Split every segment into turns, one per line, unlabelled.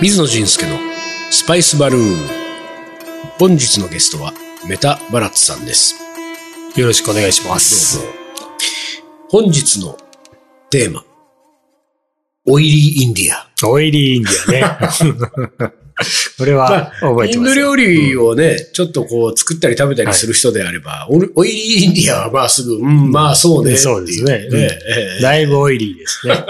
水野仁介のスパイスバルーン本日のゲストはメタバラッツさんですよろしくお願いします本日のテーマオイリーインディア
オイリーインディアね。 これは覚えて
イ
ま
ンド
す
料
よ。
理をね、ちょっとこう作ったり食べたりする人であれば、オルオイリーインディアはまあすぐ、うん、まあそうねってい。
そうですねうん
ええ
だいぶオイリーです ね。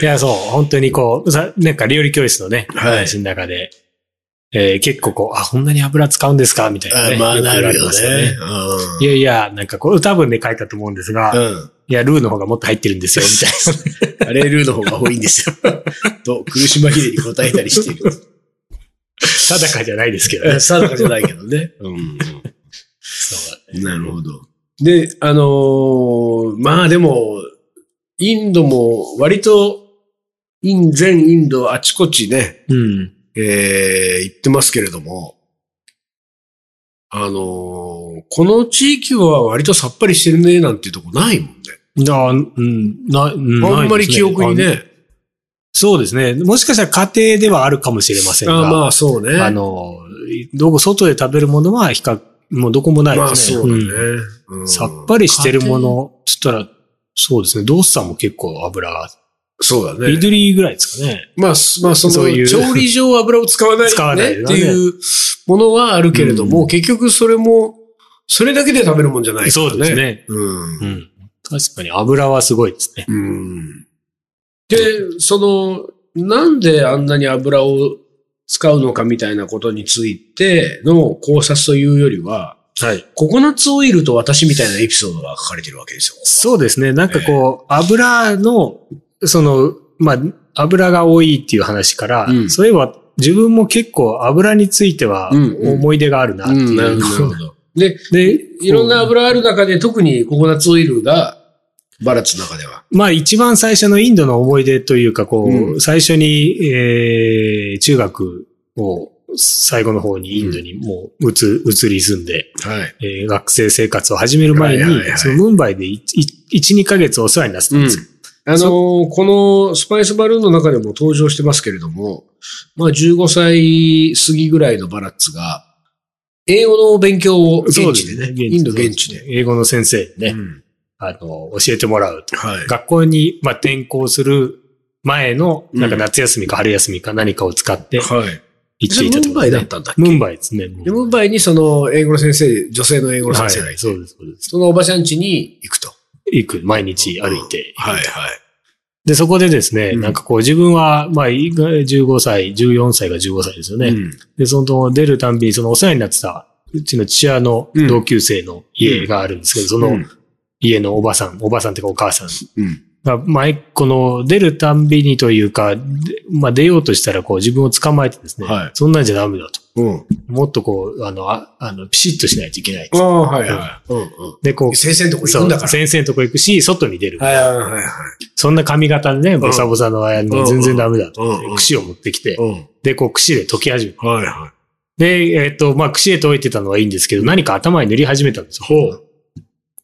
いや、そう、本当にこう、さなんか料理教室のね、
はい
話の中で、えー結構こう、あ、こんなに油使うんですかみたいな、
あ
ね。
まあ
よく
な
言わ
る
れ
よ
ます
ね。
いやいや、なんかこう、歌文で書いたと思うんですが、
う
い
ん。うん
や、ルーの方がもっと入ってるんですよ、みたい な。
あれルーの方が多いんですよ。 と、苦し紛れに答えたりしている。
定かじゃないですけど ね。
定かじゃないけど ね。うん。なるほど。で、あのーまあでも、インドも割と、イン、全インドあちこちね、
うん。
えー、言ってますけれども、あのーこの地域は割とさっぱりしてるね、なんていうとこないもんね。
あうん、な、うん
あんまり記憶に。
ないです
ね。
そうですね。もしかしたら家庭ではあるかもしれませんが。
あまあそうね。
あの、どこ、外で食べるものは比較、もうどこもない
ま
で
あ
すね。
そうだね。
うん
うん
さっぱりしてるも。の、つったら、そうですね。ドースさんも結構油が、
そうだ
ビ
ね。
ドゥリーぐらいですかね。
まあ、すまあ、その、
そういう
調理上油を使わない,、ね、
使わない
っ
よね
ていうものはあるけれども、
うん
結局それも、それだけで食べるもんじゃないからね。
そうです。ね。
うん。
うん。確かに油はすごいですね。
うん。で、その、なんであんなに油を使うのかみたいなことについての考察というよりは、
はい。
ココナッツオイルと私みたいなエピソードが書かれてるわけですよ。
そうですね。なんかこう、油の、その、まあ、油が多いっていう話から、
うん
そういえば自分も結構油については
うんうん
思い出があるなっていう。
ど。で、
で、
いろんな油ある中で特にココナッツオイルが、バラッツの中では。
まあ一番最初のインドの思い出というか、こう、
うん
最初に、えー、中学を最後の方にインドにもう移、移り住んで、
はい。
えー学生生活を始める前に、
はいはいはい
そのムンバイで1、2ヶ月お世話になってたんですよ。
あのーこのスパイスバルーンの中でも登場してますけれども、まあ15歳過ぎぐらいのバラッツが、英語の勉強を現地でね、インド現地で。。
英語の先生にね、
うん
あの、教えてもらうと。
はい。
学校に、まあ、転校する前の、なんか夏休みか春休みか何かを使って
はい。
行っていた
ム
と
ン
こ
バ
ろ
イ
ね、
だったんだっけ
ムンバイですね。
でムン
イ
バイにその英語の先生、女性の英語の
は
先生
いは
がい
い、
て、
そうです、そうです。
そのおばちゃん家に行くと。
行く、毎日歩いて。
はいはい。
で、そこでですね、
うん
なんかこう自分は、まあ、い15歳、14歳が15歳ですよね。
うん
で、その出るたんびに、そのお世話になってた、うちの父親の
うん
同級生の家があるんですけど、その家のおばさん、おばさんっていうかお母さん
うん
が、前、この出るたんびにというか、でまあ出ようとしたらこう自分を捕まえてですね、
はい
そんなんじゃダメだと。
うん。
もっとこう、あの、ああのピシッとしないといけない
あ。あ、はいは。
はい
うんう
で、こう、
先生のとこ行くんだから。
先生のとこ行くし、外に出る。
はいはいはいはい。
そんな髪型でね、ボサボサのやん
うん
で全然ダメだと。
うんうん
櫛を持ってきて、
うん。
で、こう櫛で溶き始めた。
はいはい。
で、えっ、と、まあ、櫛で溶いてたのはいいんですけど、何か頭に塗り始めたんですよ。
ほう。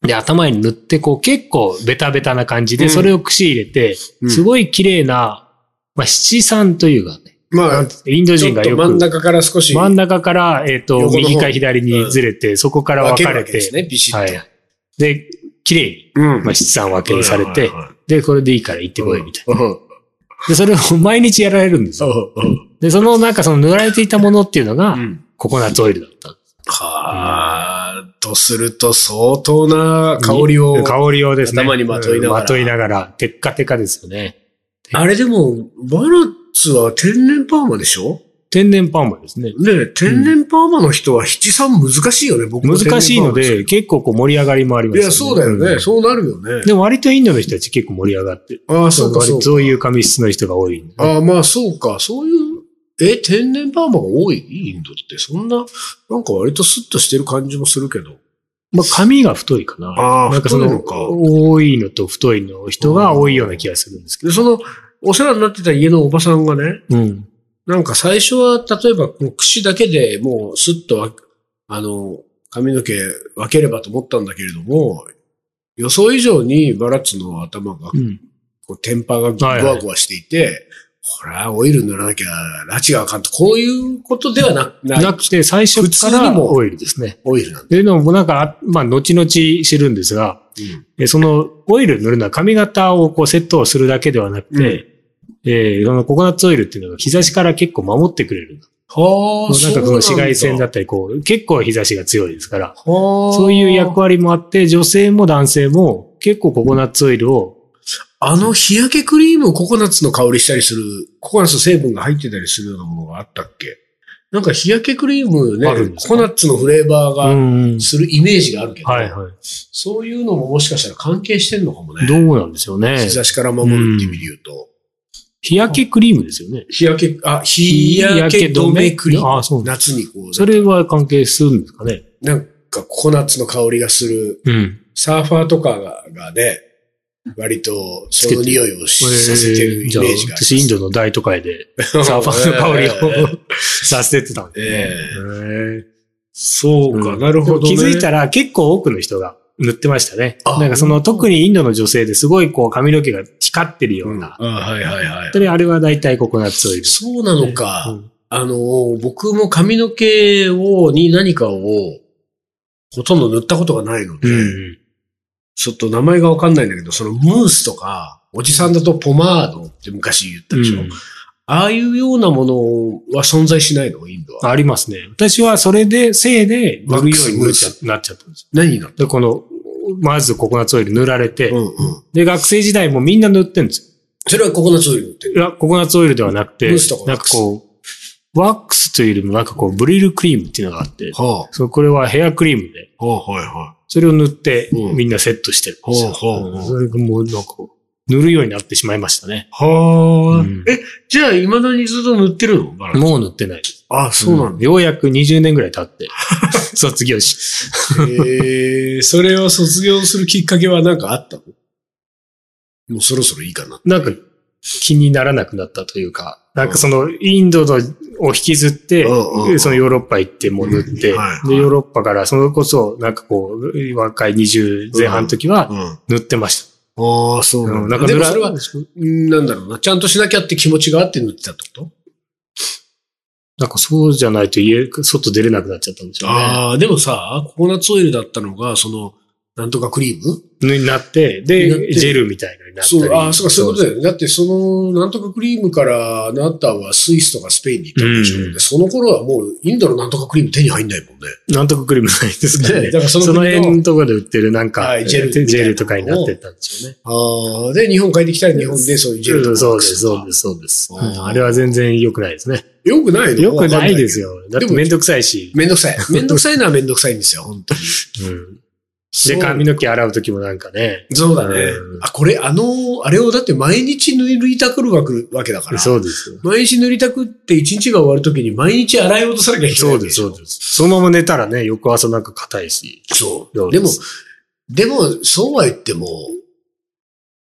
で、頭に塗って、こう結構ベタベタな感じで、
うん
それを櫛入れて、
うん
すごい綺麗な、まあ、七三というかね、
ま
な
あ
ん、てインド
ちょ
人
っ
が
と
よ
真ん
く、
中から少し
真ん中から、えっ、と、
横の方
右か左にずれて、そこから
分
分
け
か
るわ
れ
けで
て、
すね、ビシッ
は
と。
い。で、綺麗に、
うん
まあ、七三分けにされて、
はいはいはい
で、これでいいから行ってこい、みたいな。
うん
で、それを毎日やられるんですよ。で、そのなんかその塗られていたものっていうのが
う、ん
ココナッツオイルだっ
はあ、とすると相当な
た。
香りを。
香りをですね。
頭にまといながら
うんまといながら、テッカテカですよね。
あれでも、バラッツは天然パーマでしょ
天然パーマですね。
ねえ天然パーマの人は七三難しいよね、僕も
難しいの
天然
で、結構こう盛り上がりもありま
パーマ
す
いや、そうだよね。
ん
そうなるよね。
でも割とインドの人たち結構盛り上がってる。
ああ、そうか、そうか。
そういう髪質の人が多いんで。
ああ、まあそうか。そういう、え、天然パーマが多いインドって、そんな、なんか割とスッとしてる感じもするけど。
まあ髪が太いかな。
あー
なんかそ
太い
の
のか
多いのと太いの人が多いような気がするんですけ
で、その、お世話になってた家のおばさんがね、
ど。うん。
なんか最初は、例えば、この櫛だけでもう、スッとわ、あの、髪の毛分ければと思ったんだけれども、予想以上にバラッツの頭が、
うん。
こう、天パが
はい
ゴワゴワしていて、これはオイル塗らなきゃ、拉致があかんと、こういうことではなない
なくて、最初か
普通に
ら
も
オイルですね。
オイルなんだ。
というのも、なんか、まあ、後々知るんですが、
うん
えその、オイル塗るのは髪型をこうセットするだけではなくて、えーそのココナッツオイルっていうのが日差しから結構守ってくれる。
は
なんかその紫外線だ
っ
ったり、こう、結構日差しが強いですから、
た。は
そういう役
割。
割もあって、女性も男性も結構ココナッツオイルを、
あの日焼けクリーム、ココナッツの香りしたりする、ココナッツの成分が入ってたりするようなものがあったっけなんか日焼けクリームね、
あるんです
コ
か
コナッツのフレーバー
う
が
ん。
するイメージがあるけど、
はいはい。
そういうのももしかしたら関係してんのかもね。
どうなんですよね
日。差しから守るっていう意味で言うと。
日焼けクリームですよね。
日焼け、あ、日焼け止めクリーム。
ああ、そうなんだ
夏にこう、
それは関係するんですかね。
なんかココナッツの香りがする、
うん。
サーファーとかががね、割とその匂いをしさせてるイメージ
じ
が
ゃ
あ
あ
ります。
私、インドの大都会で サーファーの香りを させてたんで、ねへえ
そうか、なるほど、ね。
でも気づいたら結構多くの人が塗ってましたね。
あ
なんかその特にインドの女性ですごいこう髪の毛が光ってるような。
あはいはいはい
本当。にあれは大体ココナッツオイル。
そうなのか。
うん
あの、僕も髪の毛を、に何かを、ほとんど塗ったことがないので、
うん。
ちょっと名前がわかんないんだけど、そのムースとか、おじさんだとポマードって昔言ったでしょ。
うん
ああいうようなものは存在しないのインドは。
ありますね。私はそれで、せいで塗るようになっちゃなっちゃったんです
何なの
よで、この、まずココナッツオイル塗られて、
うんうん。
で、学生時代もみんな塗ってんですよ
それはココナッツオイルって
い。や、ココナッツオイルではなくて
ムースとか、
なんかこう、ワックスというよりもなんかこう、ブリルクリームっていうのがあって、
は
そうこれはヘアクリームで、
あ、はあ、はいは
それを塗って
うん
みんなセットしてるんですよ。
ほうほうほう
それがもうなんかこう、塗るようになってしまいましたね。
い。はあ、
うん
え、じゃあ未だにずっと塗ってるのバラン
もう塗ってないです。
あ、そうなんだ。
ようやく20年ぐらい経 って、卒業し。
えー、それを卒業するきっかけは何かあったのもうそろそろいいかな。
なんか気にならなくなったというか、なんかそのインドのを引きずって、
うんうん
そのヨーロッパ行ってもう塗って、
うんはいはい
で、ヨーロッパからそれこそなんかこう、若い20前半の時は
ん。
塗ってました。
ああ、そう
う
なんん
な
だ。
んか
で
塗
も
ら
それは、うんなんだろうな。ちゃんとしなきゃって気持ちがあって塗ってたってこと
なんかそうじゃないと家、外出れなくなっちゃったんでしょうね。
ああ、でもさ、ココナッツオイルだったのが、その、なんとかクリーム
になって、
なって
で、ジェルみたいなのになった
そう、
り。
ああ、そうか、そういうこと
で
だよね。だって、その、なんとかクリームから、あなたはスイスとかスペインに行ったんでしょう、
うんうん
その頃はもう、インドのなんとかクリーム手に入んないもんね。
なんとかクリームないですから
ね
ね。
だからそ
そ
の
の
国の
辺のところで売ってるなんか、
はいジェルみたいな
ジェルとかになってったんでしょうね。
ああ、で、日本帰ってきたら日本でそういうジェルと
う
か
んそうです、そうです、そうです。
あ
う
ー
んあれは全然良くないですね。
よくないの
良くないです
よ。
よ。だってめんどくさいし。
めんどく さい。めんどくさいのはめんどくさいんですよ、本 当に。
うんで、髪の毛洗うときもなんかね。
そうだね
う。ん
あ、これ、あの、あれをだって毎日塗りたくるわけわけだから。
そうですよ。
毎日塗りたくって一日が終わるときに毎日洗い落とさなきゃいけない
そ
わ
う
け
です、
しょ
そうです。そのまま寝たらね、翌朝なんか硬いし。
そう。
そう
で
で
も
す、
でも、そうは言っても、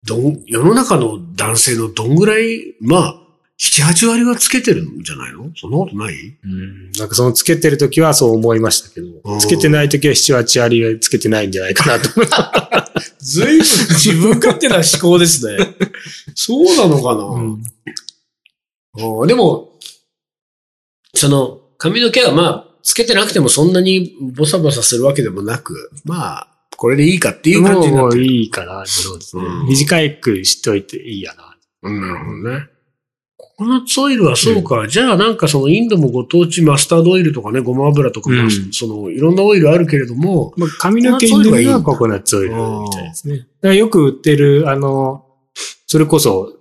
どん、世の中の男性のどんぐらい、まあ、7、8割はつけてるんじゃないのそんなことない
うんなんかそのつけてるときはそう思いましたけ
うん
ど、つけてないときは7、8割つけてないんじゃないかなと思います。
ずいぶん自分勝手な思考です ね。そうなのかな、うんでも、その、髪の毛はまあ、つけてなくてもそんなにボサボサするわけでもなく、まあ、これでいいかっていう感じにな
も
って
う
る。
いいかな、そうですね
うん。
短くしといていいやな。
うん、なるほどね。ココナッツオイルはそうか。じゃあなんかそのインドもご当地マスタードオイルとかね、ごま油とかも、
うん
そのいろんなオイルあるけれども、
まあ、髪の毛に塗るのはココナッツオイルみたいですね。だからよく売ってる、あの、それこそ、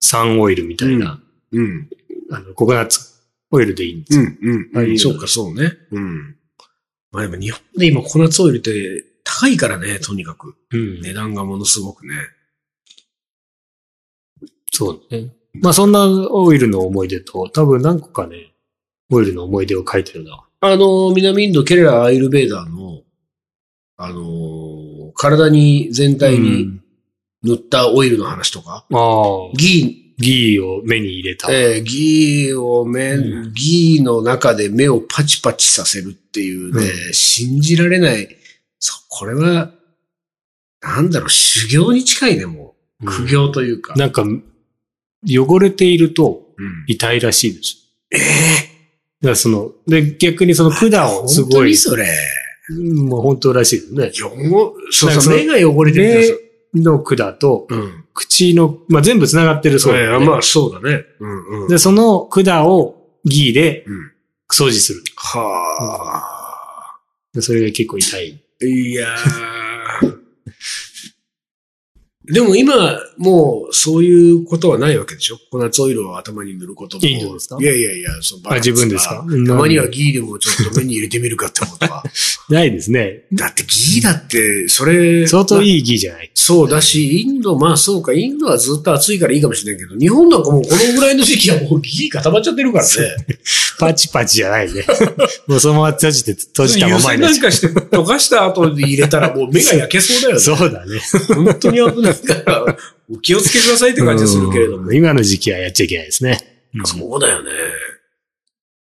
サンオイルみたいな、
うん、
あのココナッツオイルでいいんですよ
うん、うん、
ああいうの
そうか、そうね。うん。まあでも日本で今ココナッツオイルって高いからね、とにかく。
うん
値段がものすごくね。
そうね。まあそんなオイルの思い出と、多分何個かね、オイルの思い出を書いてるな。
あの、南インドケレラアイルベーダーの、あの、体に全体
う
に
ん
塗ったオイルの話とか、
ああ。
ギ
ギーを目に入れた。
ー、えーギーを目、
う
ギーの中で目をパチパチさせるっていうね、
う
信じられない。そう、これは、なんだろう、修行に近いね、もう。
うん
苦行というか。
なんか、汚れていると
うん。
痛いらしいです。ええだからその、で、逆にその管をす
本
ご
当
い
に、それ。
うんもう本当らしいですね。
汚、そう
なんかそ
そう、
の
目が汚れてるんですよ。
目の管と
うん。
口の、まあ、全部繋がってるそう
そ
な
うん
で、
まあ、そうだね。うんうん。
で、その管をギーで
うん
掃除する。
はあ。
でそれが結構痛い。
いやー でも今、もう、そういうことはないわけでしょココナッツオイルを頭に塗ることも。
いいんじゃないですか
いやいやいや、その
あ、自分ですか
た
た
まにはギーでもちょっと目に入れてみるかってことは。
ないですね。
だってギーだって、それ。
相当
い。
いいギーじゃない。
そうだし、インド、まあそうか、インドはずっと暑いからいいかもしれないけど、日本なんかもうこのぐらいの時期はもうギー固まっちゃってるからね。
パチパチじゃないね。 もうそのまま閉じて、閉じたま
湯
ま
煎
にな
なん
っちゃ
かして溶かした後に入れたらもう目が焼けそうだよ
う。
ね。
そうだね。
本当に危ないから、お 気をつけくださいって感じがするけれども
う。ん今の時期はやっちゃいけないですね。
そうだよね。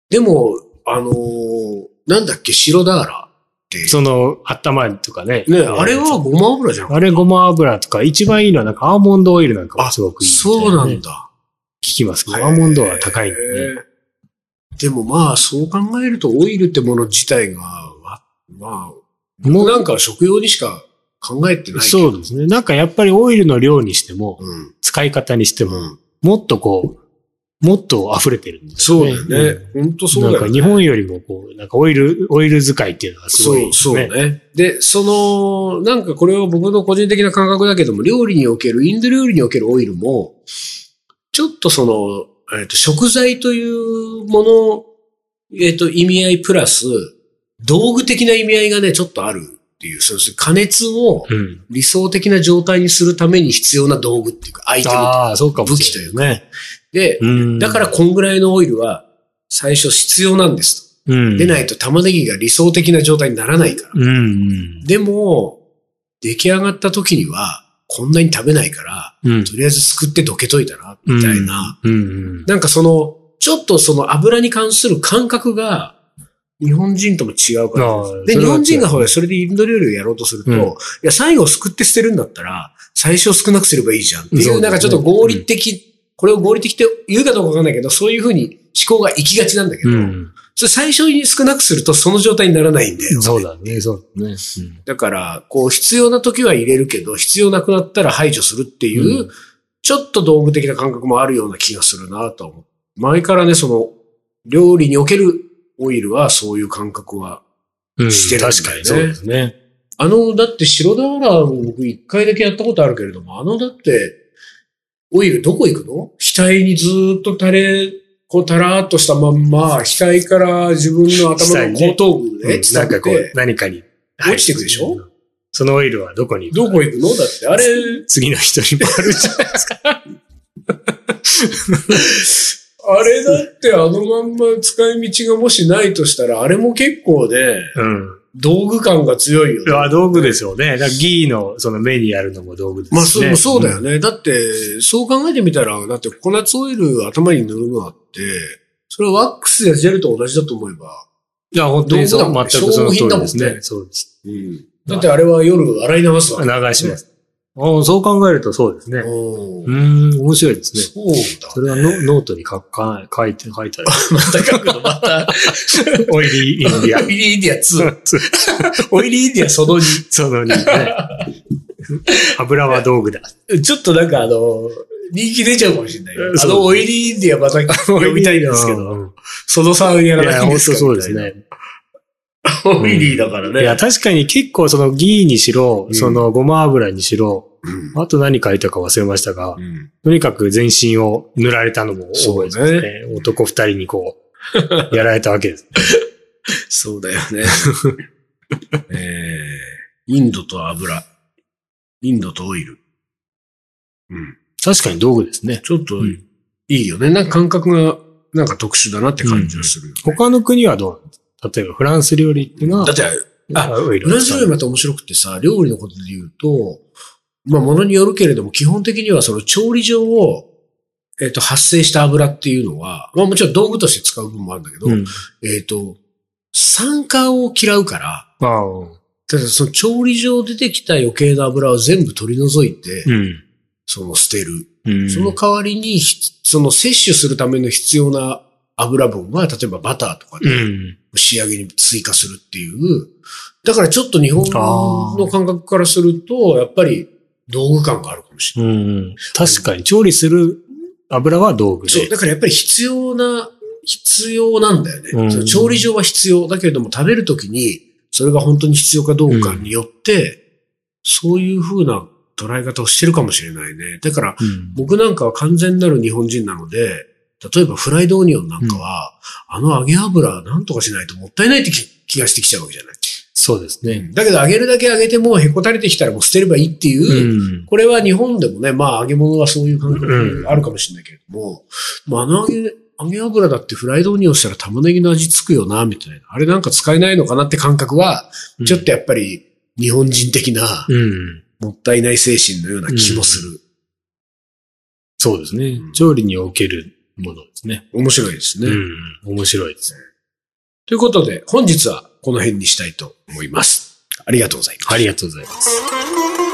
でも、あのーなんだっけ、白だからって。
その、温まるとかね。
ね、あれはごま油じゃん。
あれごま油とか、一番いいのはなんかアーモンドオイルなんかも
あ、
すごくいい、
そうなん。だ。
聞きますけど、
へー
アーモンドは高いので、ね。
でもまあ、そう考えるとオイルってもの自体が、わまあ、
もう
なんか食用にしか考えてないけど。
そうですね。なんかやっぱりオイルの量にしても、
うん。
使い方にして
う
も、
ん。
もっとこう、もっと溢れてるんです
そ
よ
う
ね。
だよね。本当そうだ
なん
よ
か
ね。
日本よりもこう、なんかオイル、オイル使いっていうのがすごい、
そう、そう。ね。で、その、なんかこれは僕の個人的な感覚だけども、料理における、インド料理におけるオイルも、ちょっとその、えっ、と、食材というもの、えっ、と、意味合いプラス、道具的な意味合いがね、ちょっとあるっていう、そうです加熱を
うん。
理想的な状態にするために必要な道具っていうか、アイテム
ああ、そうかもしれない。
武器というか。で、
うん。
だから、こんぐらいのオイルは、最初必要なんですと。
うん。
でないと玉ねぎが理想的な状態にならないから。
うん。うん。
でも、出来上がった時には、こんなに食べないから、
うん。
とりあえずすくってどけといたら、みたいな。
うん。うん。
なんかその、ちょっとその油に関する感覚が、日本人とも違うから
あ
です
あ
で、日
それは違う
本人がほら、それでインド料理をやろうとすると、
うん
いや、最後すくって捨てるんだったら、最初少なくすればいいじゃんってい
そう
う、な
だね
んかちょっと合理的、これを合理的と言うかどうかわかんないけど、そういうふうに思考が行きがちなんだけど、
うん。
それ最初に少なくするとその状態にならないんだよ。
そうだね、そうだね。うん
だから、こう、必要な時は入れるけど、必要なくなったら排除するっていう、
うん
ちょっと道具的な感覚もあるような気がするなと思う。前からね、その、料理におけるオイルはそういう感覚は。
うん。
してるんだよね
確かにそうですね。
あの、だって白ダーラー僕一回だけやったことあるけれども、あのだって、オイルどこ行くの額にずーっと垂れ、こう、たらーっとしたまんま、額から自分の頭の後頭部
う
で
ん
ね、伝
な
っ
んかこう
て、、
何かに。
落ちてくでしょ
はいそのオイルはど こに
どこ行くのだって、あれ、
次の人に回るじゃないですか。
あれだってあのまんま使い道がもしないとしたら、あれも結構ね、
うん。
道具感が強いよね。
あ道具でしょうね。だからギーのその目にやるのも道具ですね。
まあそうそうだよ
ね。
ね。だって、そう考えてみたら、だってココナッツオイル頭に塗るのあって、それはワックスやジェルと同じだと思えば、
いや、本当にそう、
道具だもんね
全くその通りです
商品だもん
ね。
ね
そうです。
だってあれは夜洗い流すわけ。
流します。ああそう考えるとそうですね。
うん
うーん、面白いですね。
そうだ。
それはノノートに書か、書いて、 書いてある。
また書くの、また。
オイリーインディ ア。
オイリーインディア2。オイリーインディアその2。
その2ね。 油は道具だ。
ちょっとなんかあの、人気出ちゃうかもしれないけど。あ
そう
の、オイリーインディアまた 呼びたいんですけど、
ど。
その3や
い
らな
や、
いん
本
で
当
すか
そうです
みたいな。
ね。
オイリーだから
いや、
ね。
確かに結構そのギーにしろ
う、ん
そのごま油にしろ、
うん
あと何書いたか忘れましたが、
うん
とにかく全身を塗られたのも覚えてますね。男二人にこう、やられたわけです。
そうだよね。 えーインドと油。インドとオイル。うん。
確かに道具ですね。
ちょっと、
うん
いいよね。なんか感覚が、なんか特殊だなって感じがするよね、
他の国はどうなんですか例えばフランス料理っていうのは
だっ、て、あ
オイル
フ
を
ランス
使う
料理また面白くてさ、料理のことで言うと、まあ、ものによるけれども、基本的にはその調理上を、えっ、と、発生した油っていうのは、まあ、もちろん道具として使う部分もあるんだけど、
うん。
えっ、と、酸化を嫌うから、
ああ、うん。
ただその調理上出てきた余計な油を全部取り除いて、その捨てる。
うん
その代わりに、ひその摂取するための必要な油分は、例えばバターとか
う
で
ん。
仕上げに追加するっていう。だからちょっと日本
あー
の感覚からすると、やっぱり道具感があるかもしれない。
うん。確かに、調理する油は道具
そう、
で。
だからやっぱり必要な、必要なんだよね。
うん
その調理上は必要。だけれども食べるときに、それが本当に必要かどうかによって、そういう風な捉え方をしてるかもしれないね。だから、
うん
僕なんかは完全なる日本人なので、例えばフライドオニオンなんかは、あの揚げ油なんとかしないともったいないって気気がしてきちゃうわけじゃない。
そうですね。
だけど揚げるだけ揚げてもへこたれてきたらもう捨てればいいっていうう、
ん。
これは日本でもね、まあ揚げ物はそういう感覚があるかもしれないけれども、まああの揚げ、揚げ油だってフライドオニオンしたら玉ねぎの味つくよな、みたいな。あれなんか使えないのかなって感覚は、ちょっとやっぱり日本人的な
うん。
もったいない精神のような気もする。
そうですね
うん。
調理におけるものですね。
面白いですね。
うん。面白いです。
ということで、本日はこの辺にしたいと思います。ありがとうございます。
ありがとうございます。
Thank you.